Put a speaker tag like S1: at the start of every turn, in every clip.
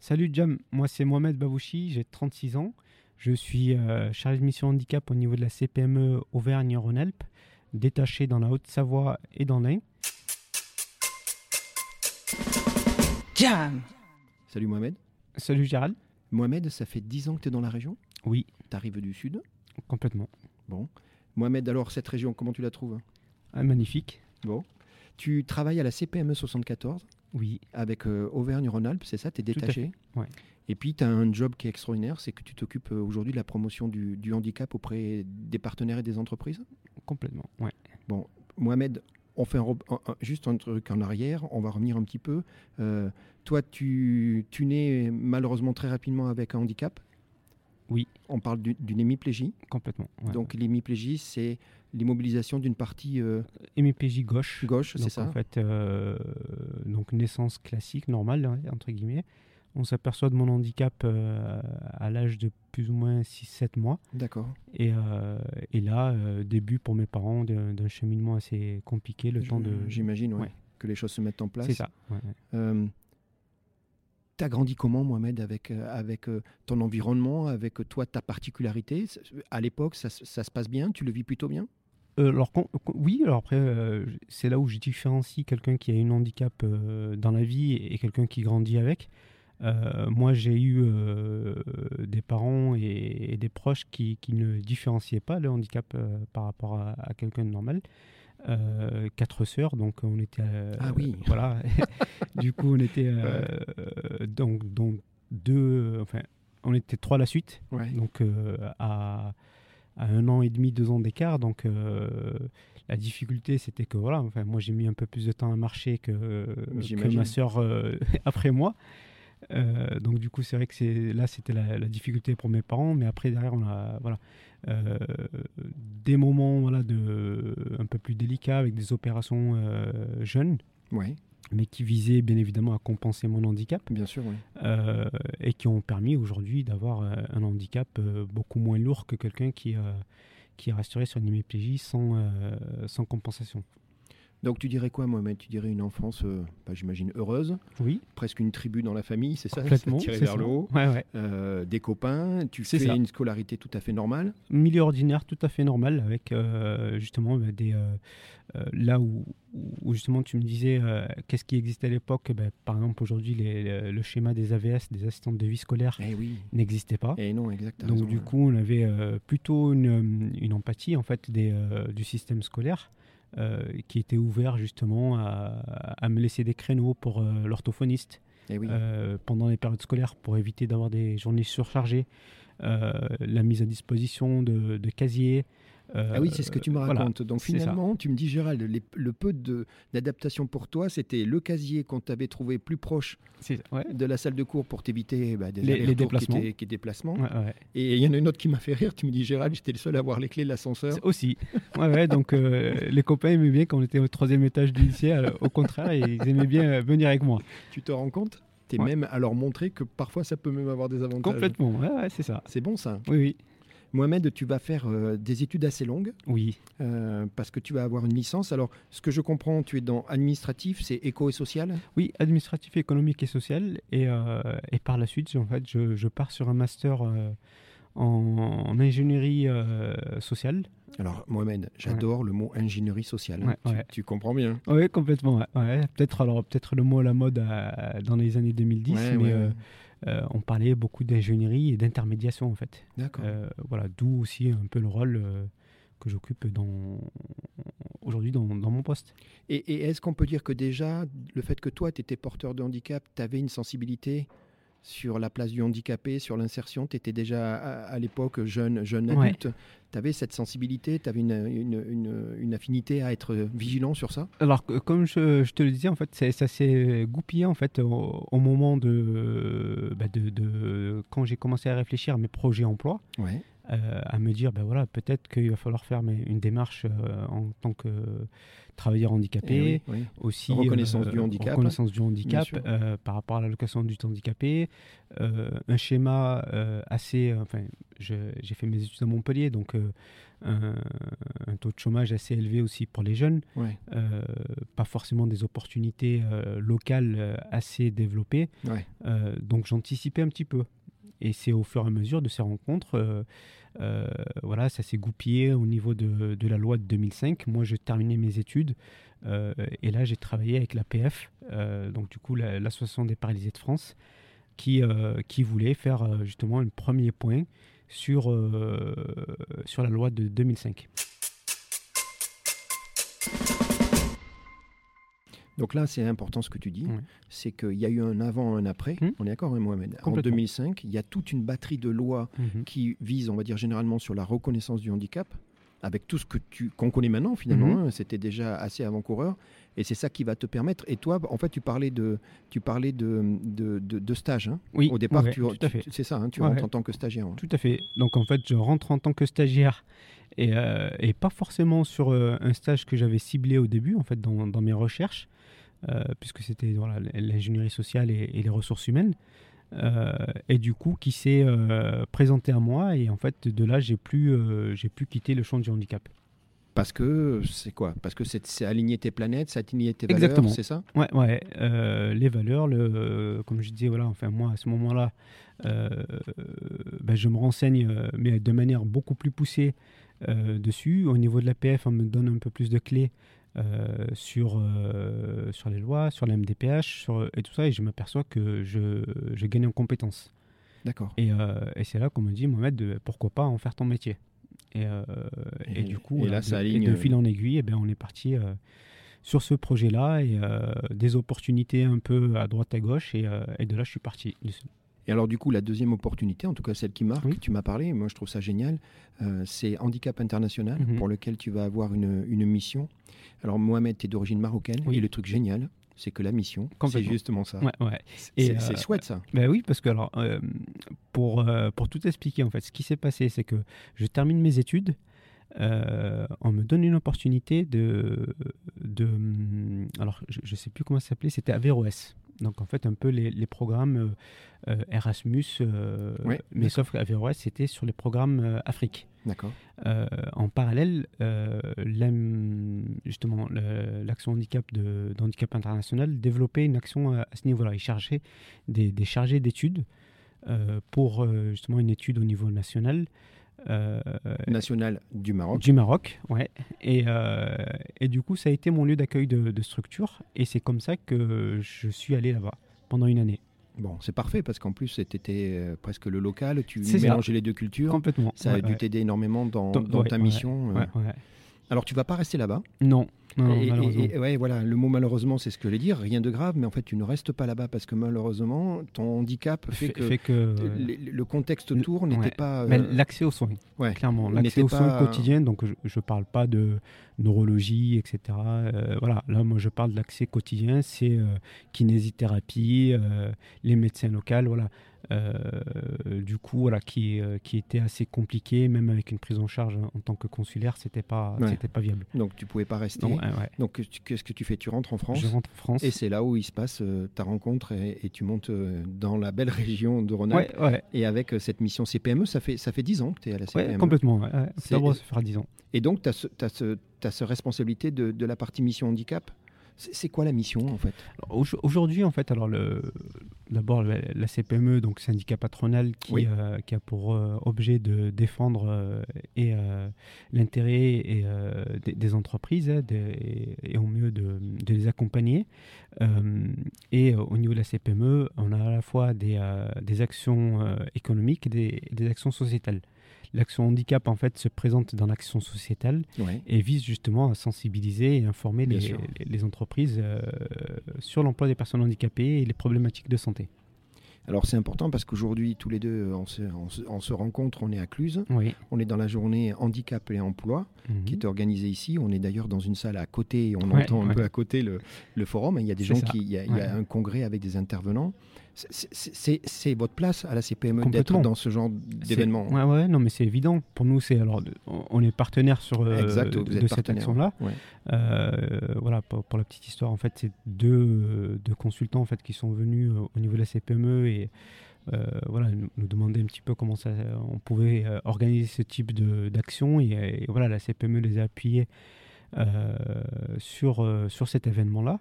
S1: Salut Jam, moi c'est Mohamed Babouchi, j'ai 36 ans. Je suis euh, chargé de mission handicap au niveau de la CPME E Auvergne-Rhône-Alpes, détaché dans la Haute-Savoie et dans l'Ain.
S2: Jam
S3: Salut Mohamed.
S1: Salut Gérald.
S3: Mohamed, ça fait 10 ans que tu es dans la région
S1: Oui,
S3: T'arrives du sud
S1: complètement.
S3: Bon. Mohamed, alors cette région, comment tu la trouves
S1: Ah, magnifique.
S3: Bon. Tu travailles à la CPME 74
S1: Oui,
S3: E avec euh, Auvergne-Rhône-Alpes, c'est ça Tu es
S1: à
S3: détaché
S1: fait, ouais.
S3: Et puis tu as un job qui est extraordinaire, c'est que tu t'occupes euh, aujourd'hui de la promotion du, du handicap auprès des partenaires et des entreprises.
S1: complètement. Ouais.
S3: Mohamed, on fait un re- un- un- juste un truc en arrière, on va revenir un petit peu. Euh, toi, tu, tu nais malheureusement très rapidement avec un handicap.
S1: Oui.
S3: On parle du- d'une hémiplégie.
S1: Complètement. Ouais.
S3: Donc l'hémiplégie, c'est l'immobilisation d'une partie euh,
S1: MPJ gauche.
S3: gauche, c'est
S1: Donc,
S3: ça
S1: En fait, euh, donc naissance classique, normale, hein, entre guillemets. On s'aperçoit de mon handicap euh, à l'âge de plus ou moins 6-7 mois.
S3: D'accord.
S1: Et, euh, et là, euh, début pour mes parents d'un d'un cheminement assez compliqué, le
S3: Je-
S1: temps de...
S3: J'imagine ouais,
S1: Ouais.
S3: que les choses se mettent en place.
S1: C'est ça. ouais, ouais.
S3: Euh, T'as grandi comment, Mohamed, avec, euh, avec euh, ton environnement, avec euh, toi, ta particularité C'est- À l'époque, ça, se- ça se passe bien Tu le vis plutôt bien
S1: Euh, alors, con- con- oui, alors après, euh, j- c'est là où je différencie quelqu'un qui a un handicap euh, dans la vie et et quelqu'un qui grandit avec. Euh, moi, j'ai eu euh, des parents et, et des proches qui, qui ne différenciaient pas le handicap euh, par rapport à, à quelqu'un de normal. Euh, quatre sœurs, donc on était. euh,
S3: Ah oui.
S1: Voilà. du coup, on était euh, euh, donc donc deux. Enfin, on était trois à la suite
S3: Ouais.
S1: donc euh, à, à un an et demi, deux ans d'écart. Donc euh, la difficulté, c'était que voilà, enfin, moi j'ai mis un peu plus de temps à marcher que, que
S3: J'imagine.
S1: ma sœur euh, après moi. Euh, donc du coup, c'est vrai que c'est là, c'était la, la difficulté pour mes parents, mais après derrière, on a voilà euh, des moments voilà de un peu plus délicats avec des opérations euh, jeunes,
S3: Ouais,
S1: mais qui visaient bien évidemment à compenser mon handicap
S3: bien sûr. ouais.
S1: euh, et qui ont permis aujourd'hui d'avoir euh, un handicap euh, beaucoup moins lourd que quelqu'un qui, euh, qui resterait sur une hémiplégie sans, euh, sans compensation.
S3: Donc tu dirais quoi, Mohamed Tu dirais une enfance, euh, bah, j'imagine, heureuse,
S1: Oui,
S3: presque une tribu dans la famille, c'est ça
S1: complètement.
S3: Tiré
S1: c'est
S3: vers
S1: ça.
S3: le haut,
S1: Ouais, ouais.
S3: euh, des copains, tu
S1: C'est
S3: fais
S1: ça.
S3: une scolarité tout à fait normale.
S1: Milieu ordinaire tout à fait normal avec euh, justement bah, des, euh, euh, là où, où justement tu me disais euh, qu'est-ce qui existait à l'époque. Ben, par exemple aujourd'hui les- le schéma des AVS, des assistantes de vie scolaire,
S3: Eh oui.
S1: n'existait pas.
S3: Eh non, exact. t'as
S1: Donc
S3: raison,
S1: du
S3: ouais.
S1: coup, on avait euh, plutôt une, euh, une empathie en fait des, euh, du système scolaire euh, qui était ouvert justement à, à me laisser des créneaux pour euh, l'orthophoniste
S3: Eh oui.
S1: euh, pendant les périodes scolaires pour éviter d'avoir des journées surchargées, euh, la mise à disposition de, de casiers. euh,
S3: Ah oui, c'est ce que tu me
S1: voilà.
S3: racontes. Donc
S1: c'est ça.
S3: finalement, tu me dis, Gérald, les- le peu de- d'adaptation pour toi, c'était le casier qu'on t'avait trouvé plus proche
S1: C'est- ouais,
S3: de la salle de cours pour t'éviter bah, des
S1: Les- les
S3: allers-retours
S1: déplacements.
S3: Qui étaient, qui étaient déplacements.
S1: ouais, ouais.
S3: Et il y en a une autre qui m'a fait rire. Tu me dis, Gérald, j'étais le seul à avoir les clés de l'ascenseur.
S1: C'est- Aussi. Ouais, ouais, donc euh, les copains aimaient bien quand on était au troisième étage du lycée. euh, au contraire, ils aimaient bien euh, venir avec moi.
S3: Tu te rends compte Tu es
S1: Ouais.
S3: même à leur montrer que parfois ça peut même avoir des avantages.
S1: Complètement, ouais, ouais, c'est ça.
S3: C'est bon ça.
S1: Oui, oui.
S3: Mohamed, tu vas faire euh, des études assez longues
S1: Oui,
S3: euh, parce que tu vas avoir une licence. Alors, ce que je comprends, tu es dans administratif, c'est éco et social.
S1: Oui, administratif, économique et social. Et, euh, et par la suite, en fait, je, je pars sur un master euh, en, en ingénierie euh, sociale.
S3: Alors, Mohamed, j'adore le mot ingénierie sociale.
S1: Ouais,
S3: Tu-
S1: ouais.
S3: tu comprends bien.
S1: Oui, complètement. ouais, ouais. Peut-être alors peut-être le mot à la mode euh, dans les années 2010,
S3: Ouais,
S1: mais
S3: ouais,
S1: euh,
S3: ouais.
S1: euh, on parlait beaucoup d'ingénierie et d'intermédiation en fait.
S3: D'accord.
S1: Euh, voilà, d'où aussi un peu le rôle euh, que j'occupe dans aujourd'hui dans, dans mon poste.
S3: Et, et est-ce qu'on peut dire que déjà, le fait que toi, tu étais porteur de handicap, tu avais une sensibilité sur la place du handicapé, sur l'insertion Tu étais déjà à, à l'époque jeune, jeune
S1: Ouais.
S3: adulte. Tu avais cette sensibilité, tu avais une, une- une- une affinité à être vigilant sur ça
S1: Alors, que- comme je, je te le disais, en fait, c'est- ça s'est goupillé en fait au, au moment de, bah, de, de- quand j'ai commencé à réfléchir à mes projets emploi,
S3: Ouais.
S1: euh, à me dire, ben voilà, peut-être qu'il va falloir faire mais, une démarche euh, en tant que travailleur handicapé,
S3: Eh oui, oui.
S1: aussi euh,
S3: Reconnaissance du handicap.
S1: reconnaissance du handicap,
S3: sûr.
S1: euh, par rapport à l'allocation du temps handicapé, euh, un schéma euh, assez, enfin, je- j'ai fait mes études à Montpellier, donc euh, un, un taux de chômage assez élevé aussi pour les jeunes,
S3: Ouais,
S1: euh, pas forcément des opportunités euh, locales euh, assez développées.
S3: ouais.
S1: Euh, donc j'anticipais un petit peu. Et c'est au fur et à mesure de ces rencontres, euh, euh, voilà, ça s'est goupillé au niveau de, de la loi de 2005. Moi, je terminais mes études euh, et là, j'ai travaillé avec l'APF, euh, donc du coup la- l'association des paralysés de France, qui, euh, qui voulait faire euh, justement un premier point sur, euh, sur la loi de 2005.
S3: Donc là, c'est important ce que tu dis.
S1: Ouais.
S3: C'est qu'il y a eu un avant, un après.
S1: Hmm.
S3: On est d'accord, hein, Mohamed En
S1: Complètement.
S3: 2005, il y a toute une batterie de lois qui visent, on va dire, généralement sur la reconnaissance du handicap, avec tout ce que tu qu'on connaît maintenant, finalement.
S1: Mhm.
S3: hein. C'était déjà assez avant-coureur. Et c'est ça qui va te permettre. Et toi, en fait, tu parlais de, tu parlais de, de, de- de stage. hein.
S1: Oui,
S3: Au départ,
S1: ouais,
S3: tu,
S1: tout à
S3: tu-
S1: fait.
S3: c'est ça, hein, tu
S1: Ouais,
S3: rentres
S1: ouais.
S3: en tant que stagiaire. hein.
S1: Tout à fait. Donc en fait, je rentre en tant que stagiaire et, euh, et pas forcément sur euh, un stage que j'avais ciblé au début, en fait, dans, dans mes recherches, euh, puisque c'était voilà, l- l'ingénierie sociale et, et les ressources humaines. Euh, et du coup, qui s'est euh, présenté à moi et en fait, de là, j'ai pu, euh, j'ai pu quitter le champ du handicap.
S3: Parce que c'est quoi Parce que c'est c'est aligner tes planètes, c'est aligner tes valeurs,
S1: Exactement.
S3: c'est ça
S1: Ouais, ouais. euh, les valeurs, le, euh, comme je disais, voilà, enfin, moi, à ce moment-là, euh, ben, je me renseigne, euh, mais de manière beaucoup plus poussée euh, dessus. Au niveau de l'APF, on me donne un peu plus de clés euh, sur, euh, sur les lois, sur la MDPH, sur, et tout ça, et je m'aperçois que je, je gagne en compétences.
S3: D'accord.
S1: Et, euh, et c'est là qu'on me dit, Mohamed, de- pourquoi pas en faire ton métier Et, euh, et
S3: Et-
S1: du coup,
S3: et
S1: voilà,
S3: là,
S1: de-
S3: ça aligne, euh,
S1: de fil en aiguille, eh ben, on est parti euh, sur ce projet-là et euh, des opportunités un peu à droite à gauche. Et, euh, et de là, je suis parti.
S3: Et alors, du coup, la deuxième opportunité, en tout cas celle qui marque,
S1: Oui.
S3: tu m'as parlé, moi je trouve ça génial, euh, c'est Handicap International,
S1: Mhm.
S3: pour lequel tu vas avoir une, une mission. Alors, Mohamed, tu es d'origine marocaine,
S1: Oui.
S3: et le truc génial, c'est que la mission, c'est
S1: Complètement.
S3: justement ça.
S1: Ouais, ouais. Et,
S3: C'est c'est
S1: euh,
S3: chouette ça.
S1: Ben oui, parce que alors, euh, pour, euh, pour tout expliquer, en fait, ce qui s'est passé, c'est que je termine mes études, euh, on me donne une opportunité de. de hum, alors, je ne sais plus comment ça s'appelait, c'était Averroès. Donc, en fait, un peu les, les programmes euh, euh, Erasmus, euh,
S3: Ouais,
S1: mais sauf qu'Averroès, c'était sur les programmes euh, Afrique.
S3: D'accord.
S1: Euh, en parallèle, euh, l'AM- justement, le- l'action handicap de, d'handicap international développait une action euh, à, à ce niveau-là. Ils chargeaient des, des chargés d'études euh, pour euh, justement une étude au niveau national euh,
S3: National du Maroc.
S1: du Maroc. Ouais. Et, euh, et du coup, ça a été mon lieu d'accueil de, de structure. Et c'est comme ça que je suis allé là-bas pendant une année.
S3: Bon, c'est parfait parce qu'en plus, tu étais presque le local, tu
S1: C'est ça.
S3: mélangeais les deux cultures.
S1: Complètement.
S3: Ça a
S1: Ouais,
S3: dû
S1: ouais.
S3: t'aider énormément dans,
S1: Dans-
S3: dans
S1: ouais,
S3: ta
S1: ouais,
S3: mission. euh.
S1: Ouais, ouais.
S3: Alors, tu vas pas rester là-bas.
S1: Non. non, non,
S3: Et- et-
S1: malheureusement.
S3: et- ouais, voilà, le mot malheureusement, c'est ce que je voulais dire. Rien de grave, mais en fait, tu ne restes pas là-bas parce que malheureusement, ton handicap euh, fait
S1: Fait-
S3: que,
S1: fait que-
S3: le, le contexte
S1: Le-
S3: autour n'était
S1: ouais.
S3: pas. euh,
S1: Mais l'accès aux soins,
S3: ouais.
S1: clairement,
S3: n'était
S1: l'accès aux soins
S3: pas-
S1: quotidiens, donc je ne parle pas de neurologie, etc. Euh, voilà, là, moi, je parle de l'accès quotidien, c'est euh, kinésithérapie, euh, les médecins locaux, voilà. Euh, du coup, voilà, qui, euh, qui était assez compliqué, même avec une prise en charge en tant que consulaire, c'était pas,
S3: Ouais.
S1: c'était pas viable.
S3: donc, tu pouvais pas rester.
S1: Non, ouais, ouais.
S3: Donc, tu- qu'est-ce que tu fais Tu rentres en France
S1: Je rentre en France.
S3: et c'est là où il se passe euh, ta rencontre et, et tu montes euh, dans la belle région de Rhône-Alpes.
S1: Ouais, ouais,
S3: Et avec euh, cette mission CPME, ça fait, ça fait 10 ans que tu es à la
S1: ouais,
S3: CPME.
S1: complètement. Ouais, ouais.
S3: C'est-
S1: Octobre, ça fera 10 ans.
S3: E. et donc, tu as, ce, t'as ce responsabilité de, de la partie mission handicap. C'est c'est quoi la mission en fait
S1: Alors, au- Aujourd'hui, en fait, alors le, d'abord la la CPME, E, donc syndicat patronal, qui,
S3: Oui.
S1: euh, qui a pour euh, objet de défendre euh, et euh, l'intérêt et, euh, des, des entreprises hein, des- et, au mieux de, de les accompagner. Euh, et euh, au niveau de la CPME, on a à la fois des, euh, des actions euh, économiques et des, et des actions sociétales. L'action handicap, en fait, se présente dans l'action sociétale
S3: ouais.
S1: et vise justement à sensibiliser et informer
S3: Bien
S1: les,
S3: sûr.
S1: les- les entreprises euh, sur l'emploi des personnes handicapées et les problématiques de santé.
S3: Alors, c'est important parce qu'aujourd'hui, tous les deux, euh, on se, on se- on se rencontre, on est à Cluse.
S1: Oui.
S3: On est dans la journée handicap et emploi.
S1: Mhm.
S3: qui est organisé ici. On est d'ailleurs dans une salle à côté, et on
S1: Ouais,
S3: entend un
S1: ouais.
S3: peu à côté le, le forum. Il y a des
S1: C'est
S3: gens
S1: ça.
S3: qui. Il y a, il y a
S1: Ouais.
S3: un congrès avec des intervenants. C'est votre place à la CPME E d'être
S1: Complètement.
S3: dans ce genre
S1: C'est-
S3: d'événement.
S1: Ouais, ouais, non, mais c'est évident. Pour nous, c'est alors, de- on on est partenaire sur euh,
S3: Exact, vous
S1: de,
S3: êtes
S1: de cette
S3: partenaire.
S1: action-là.
S3: Ouais.
S1: Euh, voilà, pour, pour la petite histoire, en fait, c'est deux, euh, deux consultants en fait qui sont venus euh, au niveau de la CPME et euh, voilà, nous, nous demander un petit peu comment ça, on pouvait euh, organiser ce type de- d'action et, et voilà, la CPME E les a appuyés euh, sur euh, sur cet événement-là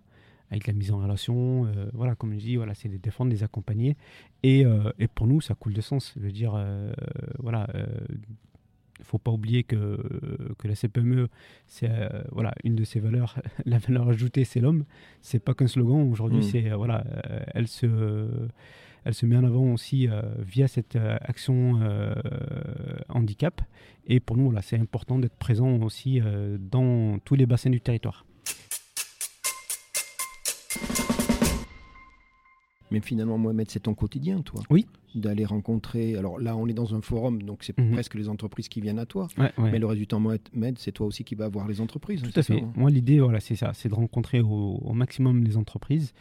S1: avec la mise en relation, euh, voilà, comme je dis, voilà, c'est les défendre, les accompagner. Et, euh, et pour nous, ça coule de sens. Je veux dire, euh, voilà, euh, faut pas oublier que, que la CPME, c'est euh, voilà, une de ses valeurs, la valeur ajoutée, c'est l'homme. C'est pas qu'un slogan. Aujourd'hui,
S3: Mm.
S1: c'est euh, voilà, euh, elle se elle se met en avant aussi euh, via cette euh, action euh, handicap. Et pour nous, voilà, c'est important d'être présent aussi euh, dans tous les bassins du territoire.
S3: Mais finalement, Mohamed, c'est ton quotidien, toi.
S1: Oui.
S3: D'aller rencontrer. Alors là, on est dans un forum, donc c'est
S1: Mhm.
S3: presque les entreprises qui viennent à toi. Mais
S1: Mais
S3: le résultat, Mohamed, c'est toi aussi qui vas voir les entreprises.
S1: Tout
S3: c'est
S1: à fait.
S3: ça, hein
S1: Moi, l'idée, voilà, c'est ça, c'est de rencontrer au, au maximum les entreprises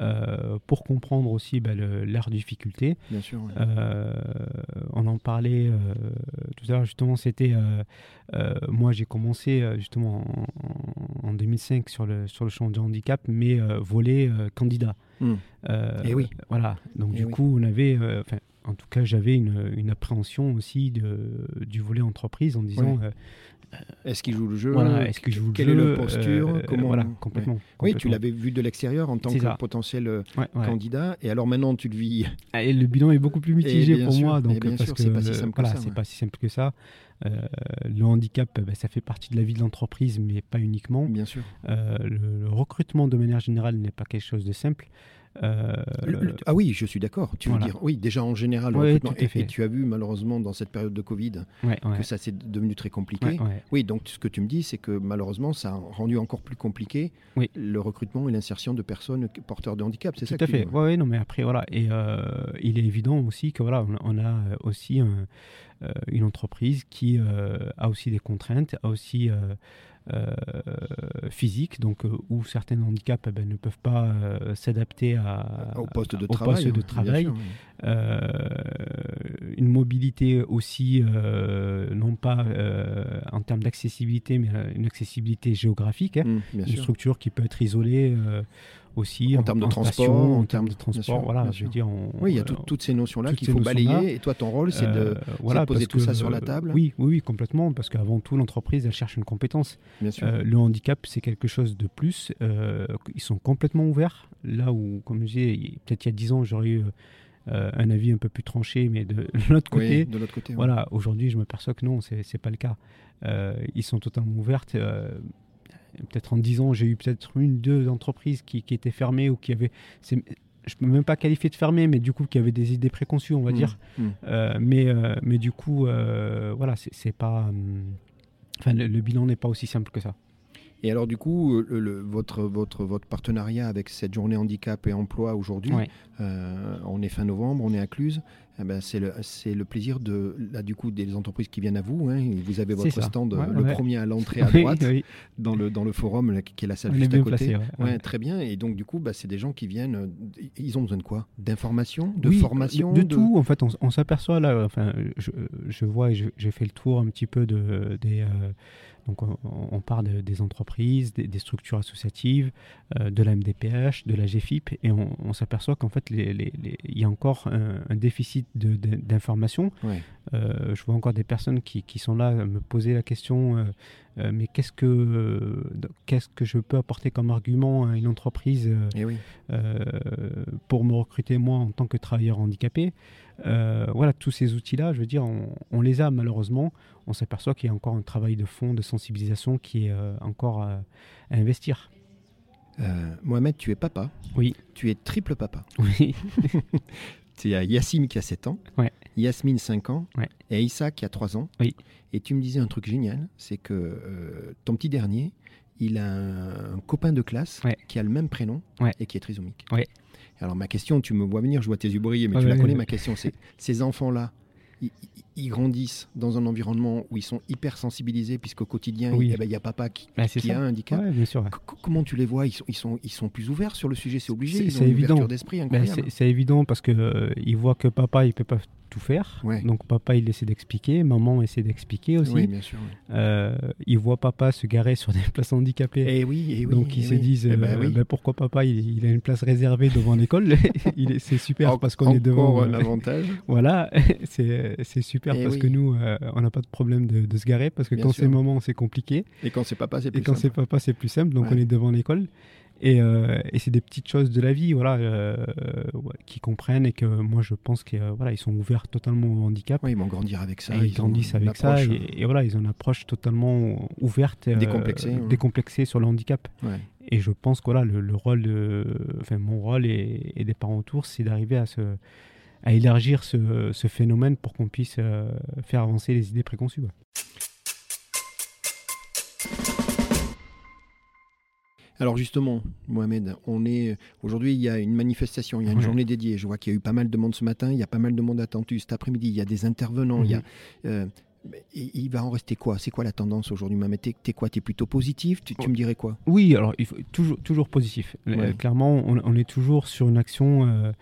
S1: euh, pour comprendre aussi bah, le- leur difficulté.
S3: Bien sûr. ouais.
S1: Euh, on en parlait euh, tout à l'heure, justement, c'était... euh, euh, moi, j'ai commencé euh, justement en, en 2005 sur le, sur le champ du handicap, mais euh, volet euh, candidat.
S3: Mm.
S1: Euh,
S3: Eh oui.
S1: Voilà. Donc,
S3: Eh
S1: du
S3: oui.
S1: coup, on avait... euh, enfin, en tout cas, j'avais une, une appréhension aussi de, du volet entreprise en disant... euh,
S3: Est-ce qu'ils jouent le jeu euh,
S1: voilà, est-ce que je vous le
S3: Quelle
S1: jeu,
S3: est leur posture
S1: euh,
S3: Comment-
S1: Voilà,
S3: Ouais.
S1: complètement.
S3: Oui, tu
S1: complètement.
S3: l'avais vu de l'extérieur en tant
S1: C'est
S3: que
S1: ça.
S3: potentiel euh,
S1: Ouais, ouais.
S3: candidat. Et alors maintenant, tu le vis.
S1: Ah, Et le bilan est beaucoup plus
S3: Et
S1: mitigé
S3: Eh bien
S1: pour
S3: sûr,
S1: moi.
S3: et
S1: Donc,
S3: bien
S1: parce
S3: sûr,
S1: que
S3: c'est pas si simple que
S1: voilà,
S3: ça,
S1: c'est
S3: ouais.
S1: pas si simple que ça. Euh, le handicap, euh, ben, ça fait partie de la vie de l'entreprise, mais pas uniquement.
S3: Bien sûr.
S1: Euh, le, le recrutement, de manière générale, n'est pas quelque chose de simple. Euh,
S3: Le- le- ah oui, je suis d'accord. Tu veux
S1: voilà.
S3: dire, oui, déjà en général, le
S1: Ouais,
S3: recrutement.
S1: tout à
S3: Et-
S1: fait.
S3: et tu as vu malheureusement dans cette période de Covid
S1: ouais, ouais,
S3: que ça s'est devenu très compliqué.
S1: ouais, ouais.
S3: Oui, donc ce que tu me dis, c'est que malheureusement, ça a rendu encore plus compliqué
S1: Oui.
S3: le recrutement et l'insertion de personnes qui- porteurs de handicap. C'est ça
S1: Tout
S3: que
S1: à
S3: tu
S1: fait.
S3: dis, ouais.
S1: Ouais, ouais, non, mais après, voilà. Et euh, il est évident aussi que voilà, on, on a euh, aussi un- euh, une entreprise qui euh, a aussi des contraintes, a aussi euh, euh, physiques, donc euh, où certains handicaps eh ben, ne peuvent pas euh, s'adapter à,
S3: Au poste de
S1: au
S3: travail.
S1: poste
S3: hein,
S1: de
S3: bien
S1: travail.
S3: sûr, ouais.
S1: Euh, une mobilité aussi, euh, non pas euh, en termes d'accessibilité, mais euh, une accessibilité géographique. hein
S3: Mm,
S1: une
S3: bien sûr.
S1: structure qui peut être isolée euh, aussi
S3: En termes de
S1: station,
S3: transport, en
S1: en
S3: termes-
S1: termes
S3: bien
S1: de transport.
S3: sûr,
S1: voilà,
S3: bien
S1: je
S3: sûr.
S1: veux dire, on-
S3: Oui, il y a
S1: on-
S3: tout- toutes ces notions-là
S1: euh, toutes
S3: qu'il
S1: ces
S3: faut
S1: notions-là.
S3: balayer. Et toi, ton rôle, c'est
S1: euh,
S3: de.
S1: voilà,
S3: poser
S1: parce
S3: tout
S1: que,
S3: ça sur la
S1: euh,
S3: table
S1: Oui, oui, oui, complètement, parce qu'avant tout, l'entreprise, elle cherche une compétence.
S3: Bien sûr.
S1: Euh, le handicap, c'est quelque chose de plus. Euh, ils sont complètement ouverts. Là où, comme je disais, il- peut-être il y a 10 ans, j'aurais eu euh, un avis un peu plus tranché, mais de l'autre
S3: Oui,
S1: côté,
S3: de l'autre côté. ouais.
S1: voilà, aujourd'hui, je m'aperçois que non, c'est c'est pas le cas. Euh, ils sont totalement ouvertes. euh, peut-être en 10 ans, j'ai eu peut-être une, deux entreprises qui, qui étaient fermées ou qui avaient. c'est- Je peux même pas qualifier de fermées, mais du coup, qui avaient des idées préconçues, on va
S3: Mm,
S1: dire.
S3: mm.
S1: Euh, mais, euh, mais du coup, euh, voilà, c'est- c'est pas. hum, Enfin, le, le bilan n'est pas aussi simple que ça.
S3: Et alors, du coup, euh, le- le- votre, votre, votre partenariat avec cette journée handicap et emploi aujourd'hui,
S1: Ouais.
S3: euh, on est fin novembre, on est à Cluse. Eh ben, c'est le, c'est le plaisir de, là, du coup, des entreprises qui viennent à vous. hein. Vous avez
S1: C'est
S3: votre
S1: ça.
S3: stand, euh,
S1: Ouais,
S3: le
S1: ouais.
S3: premier à l'entrée à
S1: Oui,
S3: droite.
S1: oui,
S3: dans le, dans le forum là, qui qui est la salle
S1: on est
S3: juste à
S1: bien
S3: côté.
S1: placé. ouais.
S3: Ouais,
S1: Ouais.
S3: très bien. Et donc, du coup, bah, c'est des gens qui viennent. euh, Ils ont besoin de quoi D'informations De
S1: Oui,
S3: formation
S1: de, de tout en fait on, s- on s'aperçoit là enfin je, je vois et je- j'ai fait le tour un petit peu de des euh, donc on, on part de- des entreprises des, des structures associatives euh, de la MDPH de la GFIP et on, on s'aperçoit qu'en fait les- les- les- il y a encore un, un déficit de- de- d'information
S3: Ouais.
S1: euh, je vois encore des personnes qui, qui sont là à me poser la question euh, euh, mais qu'est-ce que euh, qu'est-ce que je peux apporter comme argument à une entreprise euh,
S3: Et Eh oui.
S1: euh, pour me recruter moi en tant que travailleur handicapé. Euh, voilà, tous ces outils-là, je veux dire, on, on les a malheureusement. On s'aperçoit qu'il y a encore un travail de fond, de sensibilisation qui est euh, encore euh, à investir.
S3: Euh, Mohamed, tu es papa.
S1: Oui.
S3: Tu es triple papa.
S1: Oui,
S3: Tu as Yassim qui a 7 ans,
S1: Ouais.
S3: Yasmine 5 ans,
S1: Ouais.
S3: et Issa qui a 3 ans.
S1: Oui.
S3: Et tu me disais un truc génial c'est que euh, ton petit dernier, il a un, un copain de classe
S1: Ouais.
S3: qui a le même prénom
S1: Ouais.
S3: et qui est trisomique.
S1: Ouais.
S3: Alors, ma question, tu me vois venir, je vois tes yeux briller, mais
S1: Ouais,
S3: tu la
S1: ouais,
S3: connais,
S1: ouais.
S3: ma question c'est ces enfants-là, ils, ils grandissent dans un environnement où ils sont hyper sensibilisés, puisqu'au quotidien,
S1: Oui.
S3: il eh ben, il y a papa qui,
S1: Bah, c'est
S3: qui
S1: ça.
S3: a un handicap.
S1: Ouais, bien sûr. ouais.
S3: C- c- Comment tu les vois ils sont, ils, sont, ils sont plus ouverts sur le sujet, c'est obligé.
S1: C'est-
S3: ils ont
S1: c'est
S3: une
S1: évident.
S3: ouverture d'esprit
S1: Ben, c'est-
S3: incroyable.
S1: c'est évident parce que euh, il voit que papa il peut pas tout faire.
S3: Ouais.
S1: Donc papa il essaie d'expliquer, maman essaie d'expliquer aussi.
S3: Oui, bien sûr. oui.
S1: Euh, il voit papa se garer sur des places handicapées.
S3: Eh oui, eh oui,
S1: Donc ils
S3: eh
S1: se
S3: oui.
S1: disent
S3: Eh ben
S1: euh,
S3: oui.
S1: ben, pourquoi papa il, il a une place réservée devant l'école Il est- c'est super
S3: En-
S1: parce qu'on est devant
S3: encore
S1: euh,
S3: un avantage.
S1: voilà c'est c'est super
S3: Eh
S1: parce
S3: oui.
S1: que nous euh, on n'a pas de problème de, de se garer parce que
S3: Bien
S1: quand
S3: sûr.
S1: c'est maman c'est compliqué
S3: Et quand c'est papa, c'est
S1: et
S3: plus
S1: quand c'est
S3: simple.
S1: papa c'est plus simple donc
S3: Ouais.
S1: on est devant l'école et, euh, et c'est des petites choses de la vie voilà euh, ouais, qui comprennent et que moi je pense qu'ils voilà ils sont ouverts totalement au handicap
S3: Oui, ils vont grandir avec ça.
S1: et ils
S3: ont
S1: grandissent
S3: une
S1: avec ça
S3: approche,
S1: et, et voilà ils ont une approche totalement ouverte euh,
S3: Décomplexée, ouais.
S1: décomplexée sur le handicap
S3: hein. ouais.
S1: et je pense que voilà, le, le rôle, de- enfin mon rôle et, et des parents autour, c'est d'arriver à, se, à élargir ce, ce phénomène pour qu'on puisse euh, faire avancer les idées préconçues. ouais.
S3: Alors justement, Mohamed, on est aujourd'hui il y a une manifestation, il y a une
S1: Ouais.
S3: journée dédiée. Je vois qu'il y a eu pas mal de monde ce matin, il y a pas mal de monde attendu cet après-midi. Il y a des intervenants, il y a.
S1: Mhm.
S3: euh, mais il il va en rester quoi C'est quoi la tendance aujourd'hui, Mohamed T'es t'es quoi T'es plutôt positif
S1: Oh.
S3: tu, tu me dirais quoi
S1: Oui, alors il faut, toujours, toujours positif. Euh,
S3: Ouais.
S1: Clairement, on, on est toujours sur une action euh,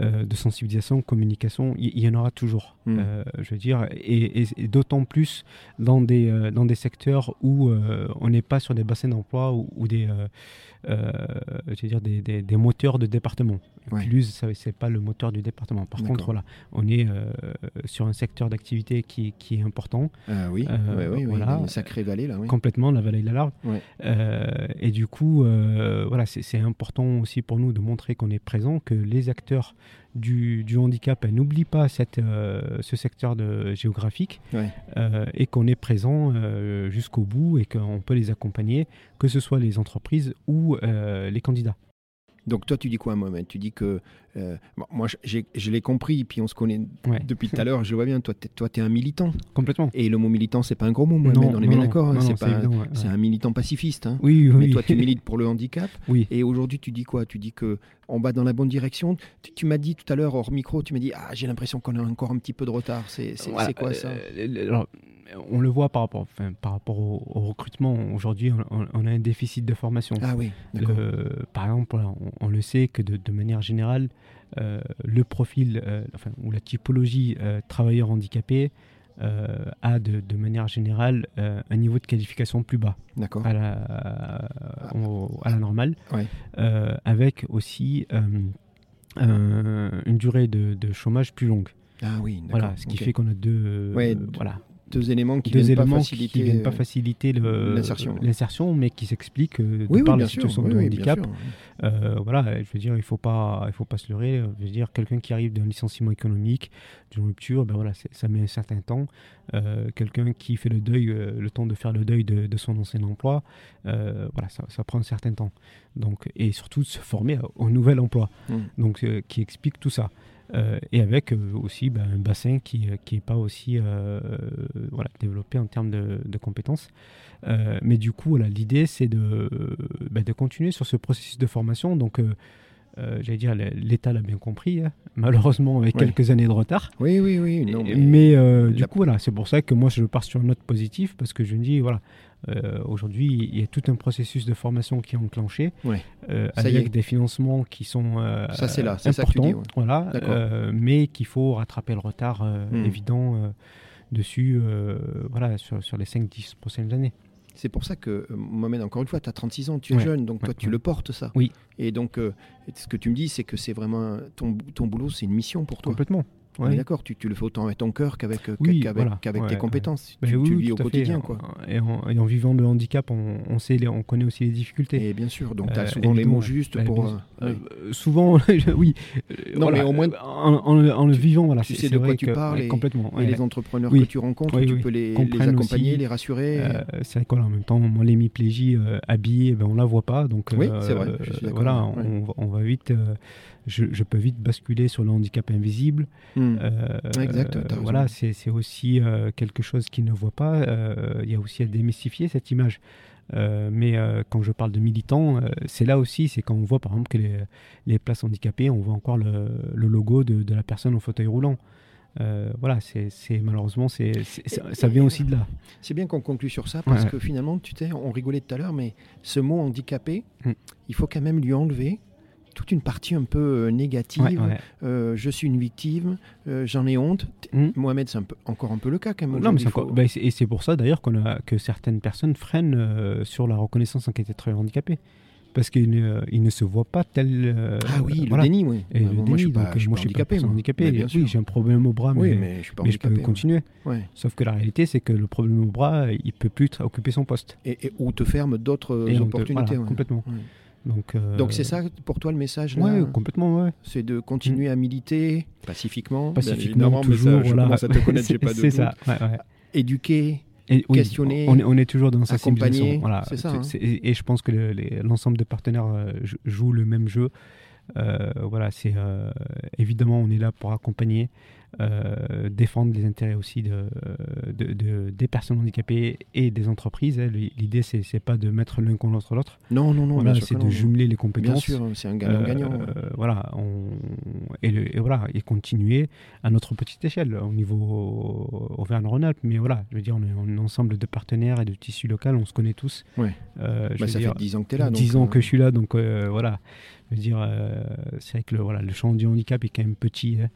S1: euh, de sensibilisation, communication. Il il y, en aura toujours,
S3: Mm.
S1: euh, je veux dire, et, et- et d'autant plus dans des, euh, dans des secteurs où euh, on n'est pas sur des bassins d'emploi ou, ou des, euh, euh, je veux dire, des, des- des moteurs de département.
S3: Ouais.
S1: Plus, ça c'est pas le moteur du département. Par
S3: D'accord.
S1: contre, voilà, on est euh, sur un secteur d'activité qui, qui est important.
S3: Ah oui,
S1: Euh,
S3: ouais, oui, oui,
S1: voilà.
S3: une sacrée vallée là. oui.
S1: complètement la vallée de la Larve.
S3: Ouais.
S1: Euh, et du coup, euh, voilà, c'est c'est important aussi pour nous de montrer qu'on est présent, que les acteurs du, du handicap euh, n'oublient pas cette, euh, ce secteur de, géographique
S3: Ouais.
S1: euh, et qu'on est présent euh, jusqu'au bout et qu'on peut les accompagner, que ce soit les entreprises ou euh, les candidats.
S3: Donc toi, tu dis quoi, Mohamed Tu dis que euh, bon, moi, je- j'ai- je l'ai compris, puis on se connaît
S1: Ouais.
S3: depuis tout à l'heure. Je le vois bien. Toi, t'es- toi, t'es un militant.
S1: Complètement.
S3: Et le mot militant, c'est pas un gros mot, Mohamed. on est bien d'accord. hein,
S1: non, non,
S3: c'est pas.
S1: évident, ouais,
S3: C'est
S1: ouais.
S3: un militant pacifiste. hein.
S1: Oui, oui.
S3: Mais
S1: oui.
S3: toi, tu milites pour le handicap.
S1: Oui.
S3: Et aujourd'hui, tu dis quoi Tu dis que on va dans la bonne direction. Tu, tu m'as dit tout à l'heure hors micro, tu m'as dit ah j'ai l'impression qu'on a encore un petit peu de retard. C'est c'est-
S1: Voilà,
S3: c'est quoi ça
S1: euh, le- le- alors, On le voit par rapport, enfin, par rapport au, au recrutement. Aujourd'hui, on- on, on a un déficit de formation.
S3: Ah oui,
S1: euh,
S3: d'accord.
S1: Le- par exemple, voilà, on, on le sait que de, de manière générale, euh, le profil euh, enfin, ou la typologie euh, travailleur handicapé euh, a de, de manière générale euh, un niveau de qualification plus bas
S3: D'accord.
S1: à la,
S3: Ah.
S1: au- à la normale,
S3: Ouais.
S1: euh, avec aussi euh, un- une durée de, de chômage plus longue.
S3: Ah oui, d'accord.
S1: Voilà, ce qui
S3: ok.
S1: fait qu'on a deux,
S3: Ouais,
S1: euh, voilà,
S3: deux éléments qui
S1: deux
S3: viennent
S1: éléments
S3: pas
S1: qui
S3: faciliter
S1: ne viennent pas
S3: euh,
S1: faciliter le-
S3: l'insertion.
S1: l'insertion, mais qui s'expliquent euh, de
S3: Oui, oui,
S1: par
S3: bien
S1: la
S3: sûr,
S1: situation
S3: oui,
S1: de
S3: oui, bien
S1: handicap.
S3: sûr.
S1: Euh, voilà, je veux dire, il faut pas, il faut pas se leurrer. Je veux dire, quelqu'un qui arrive d'un licenciement économique, d'une rupture, ben voilà, c'est- ça met un certain temps. Euh, quelqu'un qui fait le deuil, euh, le temps de faire le deuil de, de son ancien emploi, euh, voilà, ça, ça prend un certain temps. Donc, et surtout de se former au- au nouvel emploi.
S3: Mm.
S1: Donc, euh, qui explique tout ça. Euh, et avec euh, aussi ben, un bassin qui n'est pas aussi euh, voilà, développé en termes de, de compétences. Euh, mais du coup, voilà, l'idée, c'est de, euh, ben, de continuer sur ce processus de formation. Donc, euh, euh, j'allais dire, l- l'État l'a bien compris, hein, malheureusement, avec
S3: Ouais.
S1: quelques années de retard.
S3: Oui, oui, oui. non,
S1: mais
S3: mais-
S1: euh, du
S3: la-
S1: coup, voilà, c'est pour ça que moi, je pars sur une note positive, parce que je me dis, voilà, euh, aujourd'hui, il y a tout un processus de formation qui est enclenché,
S3: Ouais.
S1: euh,
S3: Ça y
S1: avec
S3: est.
S1: des financements qui sont euh,
S3: Ça, c'est là, c'est ça que tu
S1: importants,
S3: dis, ouais.
S1: voilà,
S3: D'accord.
S1: euh, mais qu'il faut rattraper le retard euh,
S3: Hmm.
S1: évident euh, dessus, euh, voilà, sur, sur les 5-10 prochaines années.
S3: C'est pour ça que, euh, Mohamed, encore une fois, tu as 36 ans, tu es
S1: Ouais,
S3: jeune, donc
S1: ouais,
S3: toi, tu
S1: ouais.
S3: le portes, ça.
S1: Oui.
S3: Et donc, euh, ce que tu me dis, c'est que c'est vraiment. un- Ton, ton boulot, c'est une mission pour toi.
S1: Complètement.
S3: On est
S1: Ouais.
S3: Ah, D'accord, tu, tu le fais autant avec ton cœur qu'avec euh,
S1: Oui,
S3: qu'avec-
S1: voilà,
S3: qu'avec
S1: ouais,
S3: tes
S1: ouais.
S3: compétences.
S1: Ben
S3: tu,
S1: oui,
S3: tu
S1: oui,
S3: vis
S1: tout
S3: au
S1: à fait.
S3: quotidien, quoi.
S1: Et en, et en vivant le handicap, on, on sait, les- on connaît aussi les difficultés.
S3: Et bien sûr, donc tu as
S1: Euh,
S3: souvent les
S1: évidemment,
S3: mots justes
S1: ouais,
S3: pour.
S1: bien
S3: euh,
S1: Euh,
S3: oui.
S1: euh, souvent, je- oui. euh,
S3: Non, mais au moins,
S1: euh, en, en le- en le vivant, voilà.
S3: tu
S1: c'est-
S3: sais
S1: c'est
S3: de quoi
S1: vrai
S3: tu
S1: que-
S3: parles
S1: ouais,
S3: et-
S1: complètement.
S3: Et
S1: ouais.
S3: les entrepreneurs
S1: Oui.
S3: que tu rencontres,
S1: Oui,
S3: tu
S1: oui.
S3: peux les, les
S1: Comprennent
S3: accompagner,
S1: aussi,
S3: les rassurer.
S1: Euh, c'est vrai qu'on a en même temps, moi, l'hémiplégie euh, habillée, ben, on la voit pas. Donc,
S3: Oui,
S1: euh,
S3: c'est vrai, je suis d'accord,
S1: voilà,
S3: ouais.
S1: on, va- on va vite. euh, je, je peux vite basculer sur le handicap invisible.
S3: Hmm.
S1: Euh,
S3: Exact,
S1: euh,
S3: t'as raison.
S1: voilà, c'est c'est aussi euh, quelque chose qu'ils ne voient pas. Euh, Il y a aussi à démystifier cette image. Euh, mais euh, quand je parle de militants, euh, c'est là aussi, c'est quand on voit par exemple que les, les places handicapées, on voit encore le, le logo de, de la personne en fauteuil roulant. Euh, voilà, c'est c'est- malheureusement, c'est c'est- ça, ça vient aussi de là.
S3: C'est bien qu'on conclue sur ça parce
S1: Ouais.
S3: que finalement, tu sais, on rigolait tout à l'heure, mais ce mot handicapé,
S1: Mm.
S3: il faut quand même lui enlever toute une partie un peu euh, négative.
S1: Ouais, ouais.
S3: Euh, je suis une victime, euh, j'en ai honte. T-
S1: Mm.
S3: Mohamed, c'est un peu, encore un peu le cas quand même.
S1: Non, mais
S3: aujourd'hui,
S1: c'est encore-
S3: faut-
S1: bah, et c'est- et c'est pour ça d'ailleurs qu'on a que certaines personnes freinent euh, sur la reconnaissance en qualité de travailleur handicapé. Parce qu'ils ne, ils ne se voient pas tel. euh,
S3: Ah oui, le
S1: voilà.
S3: déni, oui.
S1: Et
S3: Ah
S1: le
S3: bon,
S1: déni,
S3: moi, je suis
S1: donc, euh,
S3: pas, je suis
S1: moi,
S3: pas
S1: handicapé.
S3: handicapé. moi.
S1: handicapé
S3: Mais bien
S1: oui,
S3: sûr.
S1: j'ai un problème au bras,
S3: Oui,
S1: mais,
S3: mais je suis pas
S1: mais je peux
S3: handicapé. moi.
S1: continuer.
S3: Ouais.
S1: Sauf que la réalité, c'est que le problème au bras, il peut plus tra- occuper son poste.
S3: Et, et- ou te ferme d'autres
S1: Et donc, euh,
S3: opportunités.
S1: voilà,
S3: ouais.
S1: Complètement.
S3: Ouais.
S1: Donc, euh,
S3: Donc c'est ça pour toi le message là
S1: Ouais, complètement, ouais.
S3: C'est de continuer à militer pacifiquement, bien
S1: Pacifiquement,
S3: évidemment, mais ça,
S1: toujours.
S3: je
S1: voilà.
S3: commence à te connaître, j'ai pas de
S1: C'est
S3: doute.
S1: ça. ouais, ouais.
S3: Éduquer,
S1: Et oui,
S3: questionner,
S1: on est, on est toujours dans sa
S3: accompagner,
S1: civilisation. Voilà.
S3: c'est ça, hein.
S1: C'est- Et, et je pense que le- les- l'ensemble des partenaires euh, jou- jouent le même jeu. Euh, voilà, c'est euh, évidemment on est là pour accompagner, euh, défendre les intérêts aussi de, de- de- des personnes handicapées et des entreprises. hein. L'idée c'est c'est pas de mettre l'un contre l'autre.
S3: non, non, non,
S1: Voilà,
S3: bien sûr
S1: c'est
S3: que
S1: de
S3: non.
S1: jumeler les
S3: Bien
S1: compétences.
S3: sûr, c'est un
S1: Euh,
S3: gagnant-gagnant. Bah, ouais.
S1: euh, voilà, on, et, le- et voilà, et continuer à notre petite échelle au niveau Auvergne-Rhône-Alpes. Mais voilà, je veux dire, on est un ensemble de partenaires et de tissus local, on se connaît tous.
S3: Ouais.
S1: Euh, je
S3: Bah,
S1: veux
S3: ça
S1: dire,
S3: fait 10 ans que tu es là. donc,
S1: 10 ans
S3: euh,
S1: que je suis là, donc euh, voilà. Je veux dire, euh, c'est vrai que le, voilà, le champ du handicap est quand même petit. hein.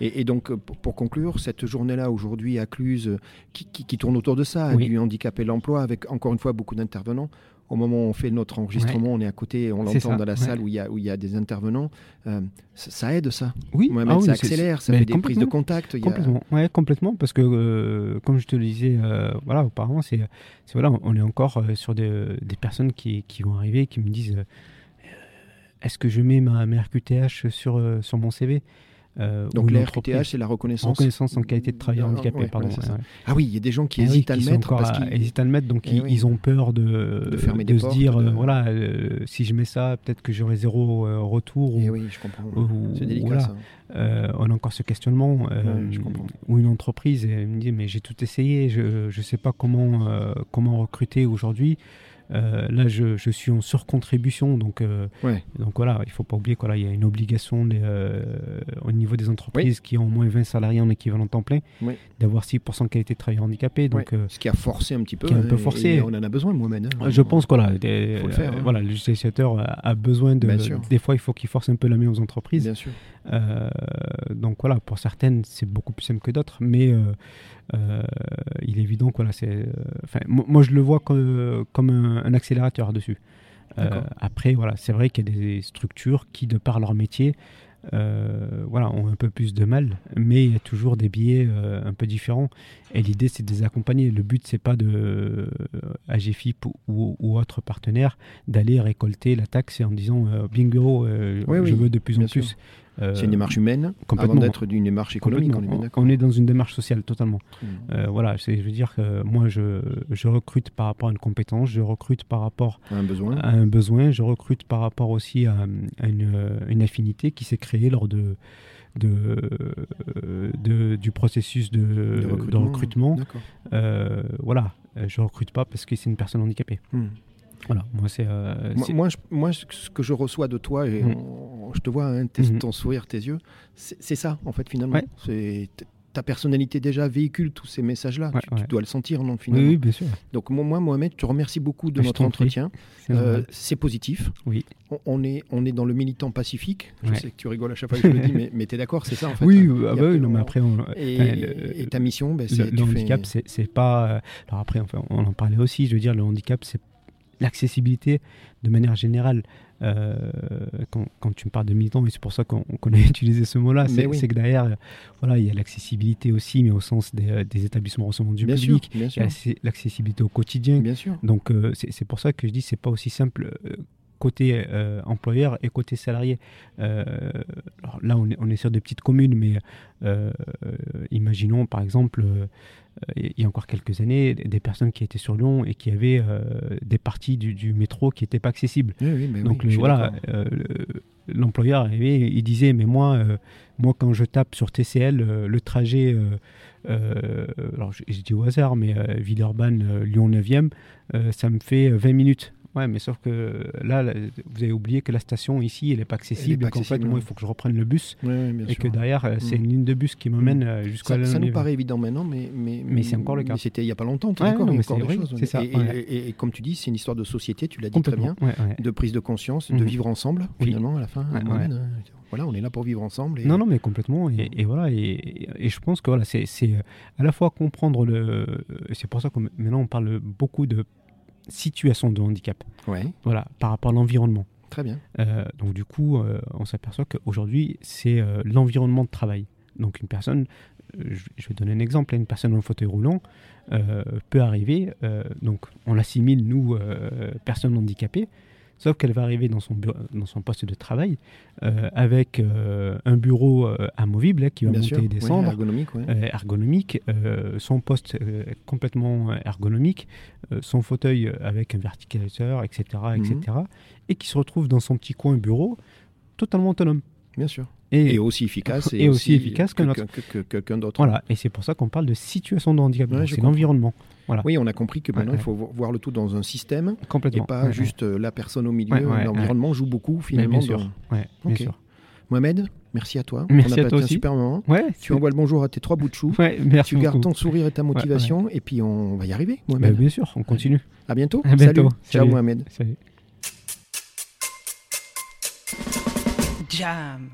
S3: Et, et donc, euh, pour, pour conclure, cette journée-là aujourd'hui à Cluse, euh, qui, qui- qui tourne autour de ça,
S1: Oui.
S3: du handicap et l'emploi, avec encore une fois beaucoup d'intervenants. Au moment où on fait notre enregistrement, on est à côté, on
S1: C'est
S3: l'entend
S1: ça,
S3: dans la
S1: ouais.
S3: salle où il y a, où il y a des intervenants. Euh, ça, ça aide ça.
S1: Oui,
S3: Mohamed,
S1: ah oui,
S3: ça
S1: c'est-
S3: accélère, ça
S1: mais
S3: fait des prises de
S1: complètement.
S3: contact. il y a-
S1: Complètement, ouais, complètement, parce que euh, comme je te le disais, euh, voilà, auparavant, c'est, c'est voilà, on est encore euh, sur des, des personnes qui, qui vont arriver, qui me disent, euh, est-ce que je mets ma, ma RQTH sur euh, sur mon CV Euh, ou
S3: Donc,
S1: une
S3: la
S1: entreprise-
S3: RQTH, c'est la reconnaissance.
S1: reconnaissance en qualité de travailleur
S3: Ah,
S1: handicapé,
S3: ouais,
S1: pardon.
S3: ouais, c'est
S1: ouais,
S3: ça.
S1: ouais.
S3: Ah oui, il y a des gens qui
S1: Ah oui,
S3: hésitent à le
S1: sont
S3: mettre
S1: encore
S3: parce
S1: à-
S3: qu'ils
S1: hésitent à le mettre, donc
S3: Eh
S1: ils,
S3: oui.
S1: ils ont peur de,
S3: De fermer
S1: de
S3: des
S1: se
S3: portes,
S1: dire, euh,
S3: de-
S1: voilà, euh, si je mets ça, peut-être que j'aurai zéro euh, retour.
S3: Eh
S1: ou-
S3: oui, je comprends.
S1: ou-
S3: C'est délicat
S1: voilà.
S3: ça.
S1: Euh, on a encore ce questionnement euh,
S3: Ouais, je comprends.
S1: où une entreprise elle me dit mais j'ai tout essayé, je ne sais pas comment, euh, comment recruter aujourd'hui. Euh, là, je, je suis en surcontribution, donc, euh,
S3: Ouais.
S1: donc voilà, il faut pas oublier qu'il y a une obligation des, euh, au niveau des entreprises qui ont au moins 20 salariés en équivalent temps plein
S3: Oui.
S1: d'avoir 6% de qualité de travailleurs handicapés. Donc,
S3: Ouais.
S1: euh,
S3: Ce qui a forcé un petit peu.
S1: qui a un peu
S3: hein,
S1: forcé.
S3: et On en a besoin, Mohamed. hein.
S1: je pense que voilà, des-
S3: Faut le faire, hein.
S1: voilà, le législateur a a besoin de.
S3: Bien sûr.
S1: Des fois, il faut qu'il force un peu la main aux entreprises.
S3: Bien sûr.
S1: Euh, donc voilà, pour certaines, c'est beaucoup plus simple que d'autres, mais euh, euh, il est évident que voilà, c'est. euh, Enfin, mo- moi, je le vois comme, euh, comme un, un accélérateur dessus. Euh,
S3: D'accord.
S1: après, voilà, c'est vrai qu'il y a des structures qui, de par leur métier, euh, voilà, ont un peu plus de mal, mais il y a toujours des biais euh, un peu différents. Et l'idée, c'est de les accompagner. Le but, c'est pas de euh, AGFIP ou- ou, ou autre partenaire d'aller récolter la taxe en disant euh, bingo, euh,
S3: Oui,
S1: je
S3: oui,
S1: veux de plus en
S3: bien sûr.
S1: plus. Euh,
S3: C'est une démarche humaine avant
S1: complètement.
S3: d'être d'une démarche économique. On est bien
S1: Complètement.
S3: d'accord. Mmh.
S1: On est dans une démarche sociale totalement.
S3: Très bien.
S1: Euh, voilà, c'est- je veux dire que moi, je, je recrute par rapport à une compétence, je recrute par rapport
S3: On a Un besoin.
S1: à un besoin, je recrute par rapport aussi à, à une, euh, une affinité qui s'est créée lors de, de, euh, de- du processus de, de euh, recrutement.
S3: D'accord.
S1: Euh, voilà, Euh, je recrute pas parce que c'est une personne handicapée.
S3: Hmm.
S1: Voilà, moi, c'est. euh,
S3: Moi,
S1: c'est-
S3: moi, je- moi, ce que- ce que je reçois de toi, et
S1: Mm.
S3: on- je te vois, hein, tes-
S1: Mhm.
S3: ton sourire, tes yeux, c'est c'est ça, en fait, finalement.
S1: Ouais.
S3: C'est- t- Ta personnalité déjà véhicule tous ces messages-là.
S1: Ouais,
S3: tu, tu
S1: ouais.
S3: dois le sentir, non, finalement. Euh,
S1: oui, oui, bien sûr.
S3: Donc, moi, moi, Mohamed, je te remercie beaucoup de
S1: Je
S3: notre
S1: t'en prie.
S3: entretien.
S1: C'est
S3: Euh,
S1: normal.
S3: C'est positif.
S1: Oui.
S3: On, on est, on est dans le militant pacifique. Je
S1: Ouais.
S3: sais que tu rigoles à chaque fois que je le dis, mais, mais tu es d'accord, c'est ça, en fait.
S1: oui, ah
S3: hein. Il y a
S1: bah oui,
S3: plus-
S1: non, mais après, on,
S3: Et,
S1: enfin, le-
S3: et ta mission, ben,
S1: le,
S3: c'est.
S1: le
S3: tu fais-
S1: handicap, c'est, c'est pas. euh, alors après, enfin, on en parlait aussi. Je veux dire, le handicap, c'est l'accessibilité de manière générale. Euh, quand, quand tu me parles de militant, et c'est pour ça qu'on, qu'on a utilisé ce mot-là,
S3: Mais
S1: c'est,
S3: oui.
S1: c'est que derrière, euh, voilà, il y a l'accessibilité aussi, mais au sens des, euh, des établissements recevant du
S3: Bien sûr,
S1: public,
S3: bien
S1: il y
S3: sûr.
S1: a l'accé- l'accessibilité au quotidien.
S3: Bien sûr.
S1: Donc euh, c'est, c'est pour ça que je dis c'est pas aussi simple euh, côté euh, employeur et côté salarié. Euh, alors là on est, on est sur des petites communes, mais euh, euh, imaginons par exemple euh, il y a encore quelques années des personnes qui étaient sur Lyon et qui avaient euh, des parties du, du métro qui n'étaient pas accessibles.
S3: Oui, oui, ben oui,
S1: Donc
S3: je
S1: le-
S3: suis
S1: voilà,
S3: d'accord.
S1: euh, le- l'employeur arrivait, il disait mais moi, euh, moi quand je tape sur TCL euh, le trajet, euh, euh, alors j'ai j'ai dit au hasard, mais euh, Villeurbanne, euh, Lyon 9e, euh, ça me fait 20 minutes. Ouais, mais sauf que là, là, vous avez oublié que la station ici, elle n'est pas accessible.
S3: pas
S1: et qu'en fait,
S3: accessible,
S1: moi,
S3: ouais.
S1: il faut que je reprenne le bus.
S3: Ouais, ouais, bien
S1: Et
S3: sûr.
S1: que derrière, euh, c'est
S3: Mm.
S1: une ligne de bus qui me
S3: Mm.
S1: mène euh, jusqu'à
S3: ça,
S1: la
S3: ça nous
S1: Longue-Éville.
S3: paraît évident maintenant, mais, mais,
S1: Mais c'est encore le cas.
S3: mais c'était il n'y a pas longtemps, t'es
S1: Ouais,
S3: d'accord,
S1: non,
S3: il y
S1: mais
S3: a encore
S1: c'est
S3: des
S1: vrai,
S3: choses.
S1: c'est ça,
S3: Et, et-
S1: ouais.
S3: et- et comme tu dis, c'est une histoire de société, tu l'as dit très bien,
S1: Complètement. ouais, ouais.
S3: de prise de conscience, de
S1: Mhm.
S3: vivre ensemble,
S1: Oui.
S3: finalement, à la fin.
S1: Ouais,
S3: Mohamed, hein. Voilà, on est là pour vivre ensemble. Et...
S1: Non, non, mais complètement. Et, et voilà. Et, et je pense que voilà, c'est c'est, euh, à la fois comprendre le. euh, C'est pour ça que maintenant, on parle beaucoup de situation de handicap.
S3: Ouais,
S1: Voilà, par rapport à l'environnement.
S3: très bien.
S1: Euh, donc du coup, euh, on s'aperçoit qu'aujourd'hui, c'est euh, l'environnement de travail. Donc une personne, euh, je, je vais donner un exemple, une personne en fauteuil roulant euh, peut arriver, euh, donc on l'assimile, nous, euh, personne handicapée, sauf qu'elle va arriver dans son, bureau- dans son poste de travail euh, avec euh, un bureau euh, amovible hein, qui va
S3: bien
S1: monter
S3: sûr.
S1: et
S3: Ouais,
S1: descendre.
S3: ergonomique, ouais.
S1: euh, ergonomique, euh, son poste euh, complètement ergonomique, euh, son fauteuil avec un verticalisateur, etc.,
S3: Mhm.
S1: etc., et qui se retrouve dans son petit coin bureau totalement autonome.
S3: bien sûr.
S1: Et,
S3: Et aussi efficace.
S1: et aussi efficace que notre-
S3: que- que- que quelqu'un d'autre.
S1: voilà, et c'est pour ça qu'on parle de situation de handicap,
S3: Ouais,
S1: Donc,
S3: je
S1: c'est
S3: comprends.
S1: l'environnement,
S3: Oui, on a compris que maintenant,
S1: Ouais,
S3: il faut vo- voir le tout dans un système et
S1: complètement.
S3: pas
S1: Ouais,
S3: juste euh, la personne au milieu.
S1: Ouais, ouais,
S3: L'environnement joue beaucoup,
S1: ouais. Mais
S3: finalement.
S1: bien
S3: dans-
S1: sûr, ouais, bien
S3: Ok.
S1: sûr.
S3: Mohamed, merci à toi.
S1: Merci
S3: on a
S1: à
S3: passé
S1: toi
S3: un
S1: aussi.
S3: super moment.
S1: Ouais,
S3: Tu
S1: c'est-
S3: envoies le bonjour à tes trois bouts de chou.
S1: ouais, merci
S3: tu gardes
S1: beaucoup.
S3: ton sourire et ta motivation, et puis on va y arriver,
S1: Bah,
S3: Mohamed.
S1: bien sûr, on continue.
S3: À bientôt.
S1: À bientôt.
S3: Salut. Ciao,
S1: Salut.
S3: Mohamed.
S1: Salut.
S2: Jam.